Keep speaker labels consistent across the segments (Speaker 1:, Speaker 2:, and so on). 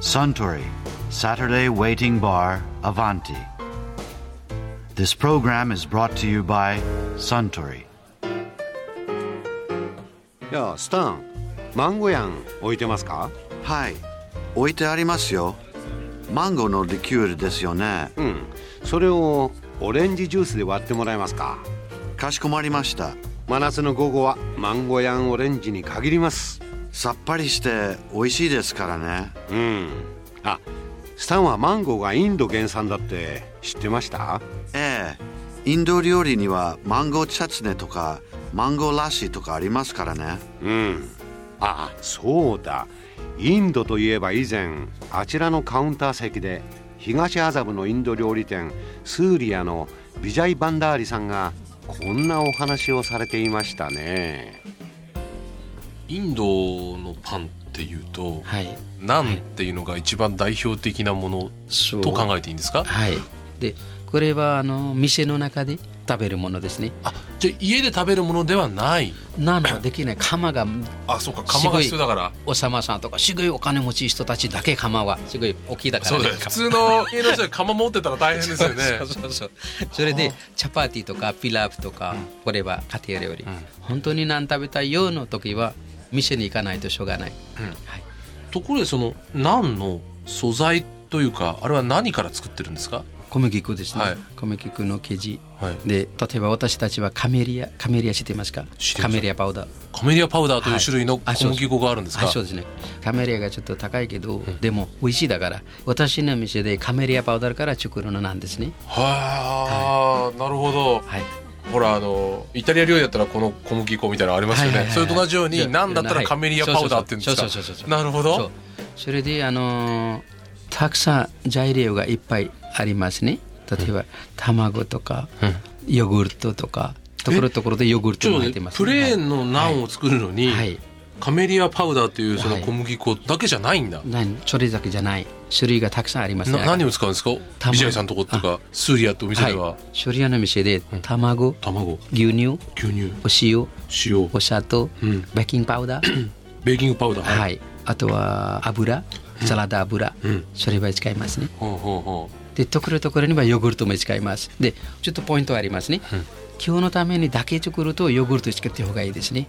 Speaker 1: Suntory Saturday Waiting Bar Avanti. This program is brought to you by Suntory.
Speaker 2: いやスタンマンゴヤン置いてますか
Speaker 1: はい置いてありますよマンゴーのリキュールですよね、
Speaker 2: うんそれをオレンジジュースで割ってもらえますか
Speaker 1: かしこまりました
Speaker 2: 真夏の午後はマンゴヤンオレンジに限ります
Speaker 1: さっぱりして美味しいですからね
Speaker 2: うんあスタンはマンゴーがインド原産だって知ってました
Speaker 1: ええインド料理にはマンゴーチャツネとかマンゴーラッシーとかありますからね
Speaker 2: うんあそうだインドといえば以前あちらのカウンター席で東麻布のインド料理店スーリアのビジャイ・バンダーリさんがこんなお話をされていましたね
Speaker 3: インドのパンっていうと、
Speaker 4: はい、
Speaker 3: ナンっていうのが一番代表的なもの
Speaker 4: そう
Speaker 3: と考えていいんですか
Speaker 4: はい、でこれはあの店の中で食べるものですね
Speaker 3: あじゃあ家で食べるものではない
Speaker 4: なのはできない釜が
Speaker 3: あそうか釜が必要だから
Speaker 4: おさまさんとかすごいお金持ち人たちだけ釜はすごい大きいだか
Speaker 3: そ
Speaker 4: ら
Speaker 3: う
Speaker 4: ね
Speaker 3: だよ普通の家の人で釜持ってたら大変ですよね
Speaker 4: そうそうそうそれでチャパティとかピラフとかこれは家庭料理、本当に何食べたいよの時は店に行かないとしょうがない、はい、
Speaker 3: ところでそのナンの素材というかあれは何から作ってるんですか
Speaker 4: 小麦粉ですね、
Speaker 3: はい
Speaker 4: 小麦粉の生地、
Speaker 3: はい
Speaker 4: で例えば私たちはカメリアカメリア知ってますか
Speaker 3: 知ってます
Speaker 4: カメリアパウダー
Speaker 3: カメリアパウダーという種類の
Speaker 4: はいあそ
Speaker 3: 小
Speaker 4: う
Speaker 3: 麦粉があるんですか、
Speaker 4: はいそうですねカメリアがちょっと高いけど、でも美味しいだから私の店でカメリアパウダーから作るのなんですね
Speaker 3: はあ、なるほど
Speaker 4: はい
Speaker 3: ほらあのイタリア料理だったらこの小麦粉みたいなのありますよね、
Speaker 4: はいはいはい
Speaker 3: それと同じよう
Speaker 4: じ
Speaker 3: に
Speaker 4: ゃあ
Speaker 3: ナンだったらカメリアパウダーって言うんです
Speaker 4: そうそうそうそうそうそ
Speaker 3: か
Speaker 4: う
Speaker 3: なるほ
Speaker 4: そう
Speaker 3: ど
Speaker 4: それであのーたくさん材料がいっぱいありますね例えば卵とか、ヨーグルトとかところところでヨーグル
Speaker 3: ち
Speaker 4: ト
Speaker 3: ょ
Speaker 4: も
Speaker 3: っ
Speaker 4: 入
Speaker 3: と
Speaker 4: ってま
Speaker 3: ね
Speaker 4: す
Speaker 3: プ
Speaker 4: ね、
Speaker 3: レーン
Speaker 4: は
Speaker 3: のナンを作るのに、
Speaker 4: はい
Speaker 3: カメリアパウダーというその
Speaker 4: はい
Speaker 3: 小麦粉だけじゃないんだ、
Speaker 4: い何それだけじゃない種類がたくさんありますね
Speaker 3: な何を使うんですか
Speaker 4: 卵
Speaker 3: ビジャイさんのとことかスーリアってお店
Speaker 4: は
Speaker 3: で
Speaker 4: い
Speaker 3: は、
Speaker 4: 処理屋の店で卵、
Speaker 3: 卵
Speaker 4: 牛乳お
Speaker 3: 牛乳
Speaker 4: 塩
Speaker 3: 塩
Speaker 4: お砂糖、
Speaker 3: ん
Speaker 4: ベーキングパ ウダー
Speaker 3: ベーキングパウダー
Speaker 4: はいいあとは油サラダ油、それは使いますね
Speaker 3: ほうほうほう
Speaker 4: でところどころにはヨーグルトも使いますでちょっとポイントありますね、今日のためにだけ作るとヨーグルト作った方がいいですね、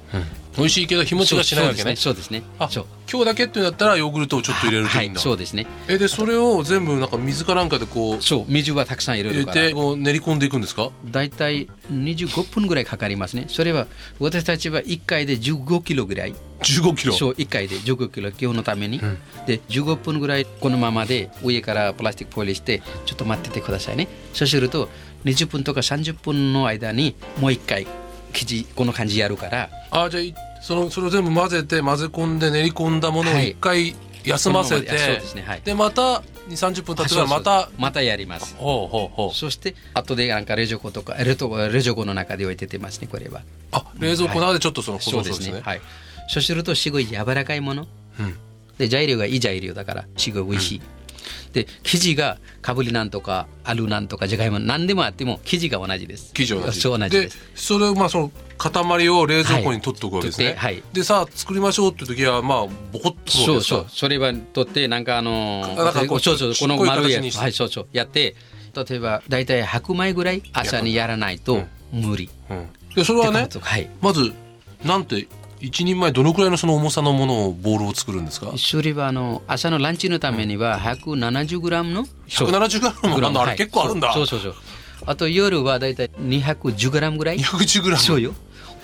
Speaker 3: 美味しいけど日持ちがしないわけね
Speaker 4: そうそうですね
Speaker 3: あ
Speaker 4: そう
Speaker 3: 今日だけっていうんだったらヨーグルトをちょっと入れるといいん
Speaker 4: は
Speaker 3: だ、
Speaker 4: いそうですね
Speaker 3: えでそれを全部なんか水かなんかでこう
Speaker 4: そう水はたくさん入れ
Speaker 3: 入れ
Speaker 4: るから
Speaker 3: てこう練り込んでいくんですか
Speaker 4: だいたい25分ぐらいかかりますねそれは私たちは1回で15キロぐらい
Speaker 3: 15キロ
Speaker 4: そう1回で15キロ今日のために、で15分ぐらいこのままで上からプラスチックポイルしてちょっと待っててくださいねそうすると20分とか30分の間にもう1回生地この感じやるから
Speaker 3: あじゃあいそのそれを全部混ぜて混ぜ込んで練り込んだものを
Speaker 4: はい
Speaker 3: 一回休ませ
Speaker 4: こ
Speaker 3: て、
Speaker 4: のままであそうですねはい
Speaker 3: でまた2 3 0分経
Speaker 4: あ
Speaker 3: って
Speaker 4: そ
Speaker 3: か
Speaker 4: う
Speaker 3: ら
Speaker 4: そう
Speaker 3: また
Speaker 4: またやります
Speaker 3: ほうほうほう
Speaker 4: そして後でなんか冷蔵庫とか冷凍庫冷蔵庫の中で置いててますねこれは
Speaker 3: あ冷蔵庫の中でちょっとその保
Speaker 4: そう
Speaker 3: 存
Speaker 4: で
Speaker 3: そう
Speaker 4: す
Speaker 3: です
Speaker 4: ね
Speaker 3: ね
Speaker 4: はいそうするとすごい柔らかいもの、で材料がいい材料だからすごい美味しい、で生地がかぶりなんとかアルなんとかじゃがいもなんでもあっても生地が同じです
Speaker 3: 生地は同じ
Speaker 4: そう同じです
Speaker 3: それをまあその塊を冷蔵庫に
Speaker 4: はい
Speaker 3: 取っておくわけですね、
Speaker 4: 取ってはい
Speaker 3: でさあ作りましょうって時はまあボコッと取る
Speaker 4: そ
Speaker 3: わけ
Speaker 4: う
Speaker 3: です
Speaker 4: そ
Speaker 3: か
Speaker 4: うそれはとってなんかあのー
Speaker 3: あなんかこう
Speaker 4: そうそう
Speaker 3: し
Speaker 4: この丸
Speaker 3: こ
Speaker 4: い
Speaker 3: ういう形にし
Speaker 4: やつ
Speaker 3: て
Speaker 4: はいそうそうやって例えば大体白米ぐらい朝にやらないと無理
Speaker 3: うんでそれはね
Speaker 4: ってことはい
Speaker 3: まずなんて一人前どのくらいのその重さのものをボールを作るんですか
Speaker 4: それはあの朝のランチのためには170グラムのそう
Speaker 3: 170g もあるのあれ結構あるんだ、
Speaker 4: そうそうそうそうあと夜はだいたい210グラムぐらい
Speaker 3: 210g
Speaker 4: そうよ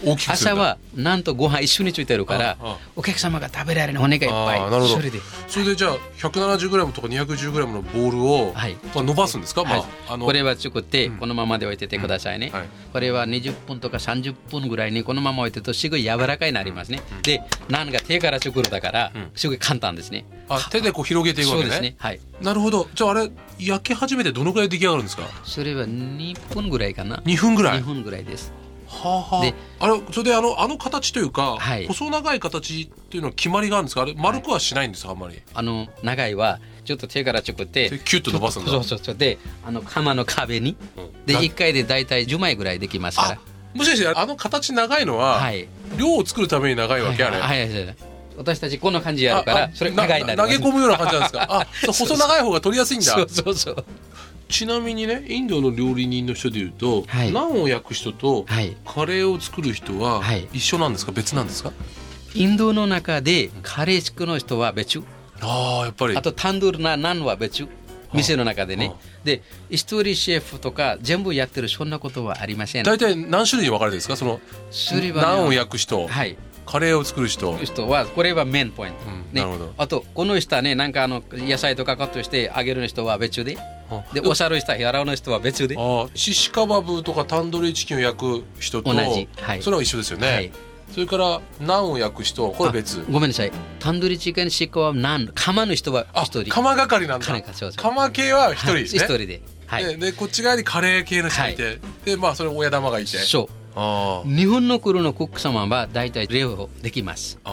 Speaker 3: 大きくする
Speaker 4: 朝
Speaker 3: んだ
Speaker 4: はなんとご飯一緒についてるから
Speaker 3: ああ
Speaker 4: お客様が食べられる骨がいっぱい
Speaker 3: あーなるほど
Speaker 4: それで
Speaker 3: それでじゃあ 170g とか 210g のボールを、
Speaker 4: はい
Speaker 3: まあ、伸ばすんですか、
Speaker 4: はい
Speaker 3: まあ、あの
Speaker 4: これは作ってこのままで置いててくださいね、
Speaker 3: うんはい
Speaker 4: これは20分とか30分ぐらいにこのまま置いてるとすごい柔らかになりますね、でナンが手から作るだからすごい簡単ですね、
Speaker 3: あ手でこう広げていくわ
Speaker 4: そう
Speaker 3: け
Speaker 4: で
Speaker 3: ね
Speaker 4: すねはい
Speaker 3: なるほどじゃああれ焼き始めてどのくらい出来上がるんですか
Speaker 4: それは2分ぐらいかな
Speaker 3: 2分ぐらい
Speaker 4: 2分ぐらいです
Speaker 3: はあ、は
Speaker 4: で
Speaker 3: あ、あれそれであのあの形というか、
Speaker 4: はい
Speaker 3: 細長い形っていうのは決まりがあるんですかあれ丸くはしないんですかあんまり
Speaker 4: あの長いはちょっと手から作って
Speaker 3: でキュッと伸ばすんだ
Speaker 4: そうそうそうであの釜の壁に、
Speaker 3: ん
Speaker 4: で
Speaker 3: な
Speaker 4: 1回で大体10枚ぐらいできますか
Speaker 3: あもしかしてあの形長いの
Speaker 4: ら
Speaker 3: は、
Speaker 4: はい
Speaker 3: 量を作るために長いわけあれ、
Speaker 4: はいはいはい私たちこんな感じやるから
Speaker 3: あ
Speaker 4: それ長いなりま
Speaker 3: 投げ
Speaker 4: す
Speaker 3: 込むような感じなんです かあそう細長い方が取りやすいんだ
Speaker 4: そうそうそう
Speaker 3: ちなみにねインドの料理人の人でいうと、
Speaker 4: はい
Speaker 3: ナンを焼く人と、
Speaker 4: はい
Speaker 3: カレーを作る人は
Speaker 4: はい
Speaker 3: 一緒なんですか、別なんですか
Speaker 4: インドの中でカレー作の人は別
Speaker 3: ああやっぱり
Speaker 4: あとタンドゥールなナンは別店の中でね
Speaker 3: は
Speaker 4: で一人シェフとか全部やってるそんなことはありません
Speaker 3: 大体何種類に分かれてるんですかその
Speaker 4: 種類はね
Speaker 3: ナンを焼く人、
Speaker 4: はい
Speaker 3: カレーを作る人
Speaker 4: 人はこれはメインポイント、
Speaker 3: うん
Speaker 4: ね
Speaker 3: なるほど
Speaker 4: あとこの人はねなんかあの野菜とかカットしてあげる人は別で
Speaker 3: あ
Speaker 4: でおしゃる人やらの人は別で
Speaker 3: ああシシカバブとかタンドリーチキンを焼く人と
Speaker 4: 同じはい
Speaker 3: それは一緒ですよね、
Speaker 4: はい
Speaker 3: それからナンを焼く人これ別
Speaker 4: あごめんなさいタンドリーチキンシカは何釜の人は
Speaker 3: あ
Speaker 4: 一人
Speaker 3: 釜係なん
Speaker 4: カレ
Speaker 3: だ
Speaker 4: ーかそうそう
Speaker 3: 釜系は一人
Speaker 4: はい
Speaker 3: ですね、
Speaker 4: 一人ではい、
Speaker 3: ででこっち側にカレー系の人がいて、でまあそれ親玉がいて
Speaker 4: そう
Speaker 3: あ
Speaker 4: 日本の頃のクック様は大体両方できます
Speaker 3: あ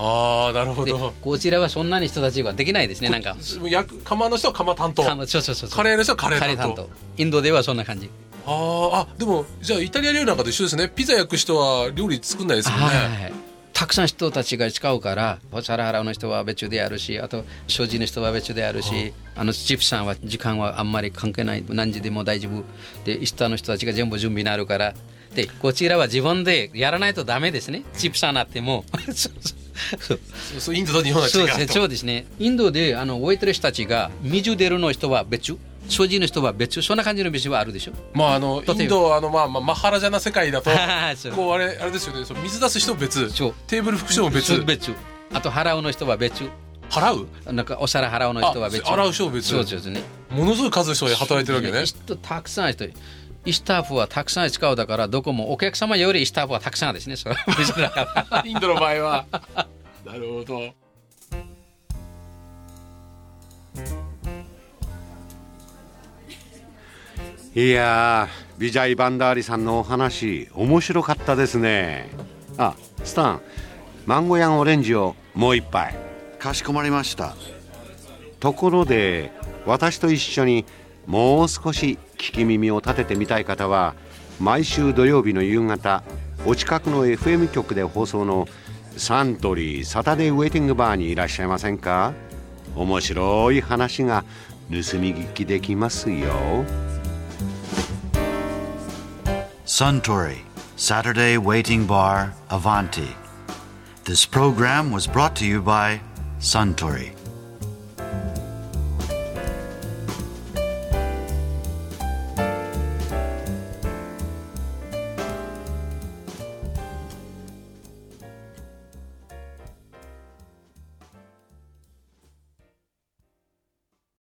Speaker 3: ああなるほ
Speaker 4: で
Speaker 3: ど
Speaker 4: こちらはそんなに人たちはできないですねなんか
Speaker 3: 焼く釜の人は釜担当
Speaker 4: 釜そうそうそうそう
Speaker 3: カレーの人はカレー担当
Speaker 4: インドではそんな感じ
Speaker 3: あーあでもじゃあイタリア料理なんかと一緒ですねピザ焼く人は料理作んないですもんね、
Speaker 4: はいはいはいたくさん人たちが使うからお皿洗うの人は別であるしあと障子の人は別であるしあのチップさんは時間はあんまり関係ない何時でも大丈夫で下の人たちが全部準備になるからでこちらは自分でやらないとダメですねチップさんなってもそうそう
Speaker 3: そうそうインドと日本は
Speaker 4: そう
Speaker 3: 違
Speaker 4: で
Speaker 3: う
Speaker 4: す
Speaker 3: と
Speaker 4: そうですねインドであのウェイトレスたちが水出るの人は別障子の人は別そんな感じの店はあるでしょ
Speaker 3: まああのイ
Speaker 4: 例えば
Speaker 3: ンドはあのまあまあマハラジャな世界だと
Speaker 4: そう
Speaker 3: こうあれあれですよねそう水出す人別
Speaker 4: そう
Speaker 3: テーブル服装も別
Speaker 4: そう別あと払うの人は別
Speaker 3: 払う
Speaker 4: なんかお皿払うの人は別
Speaker 3: あ洗う人は別
Speaker 4: そうですね
Speaker 3: ものすごい数の人が働いてるわ けね
Speaker 4: 人たくさん人スタッフはたくさん使うだからどこもお客様よりスタッフはたくさんですねそれは別だから
Speaker 3: インドの場合は なるほど
Speaker 2: いやービジャイ・バンダーリさんのお話面白かったですねあスタンマンゴーやんオレンジをもう一杯
Speaker 1: かしこまりました
Speaker 2: ところで私と一緒にもう少し聞き耳を立ててみたい方は毎週土曜日の夕方お近くの FM 局で放送のサントリーサタデーウェイティングバーにいらっしゃいませんか面白い話が盗み聞きできますよ
Speaker 1: Suntory Saturday Waiting Bar Avanti. This program was brought to you by Suntory.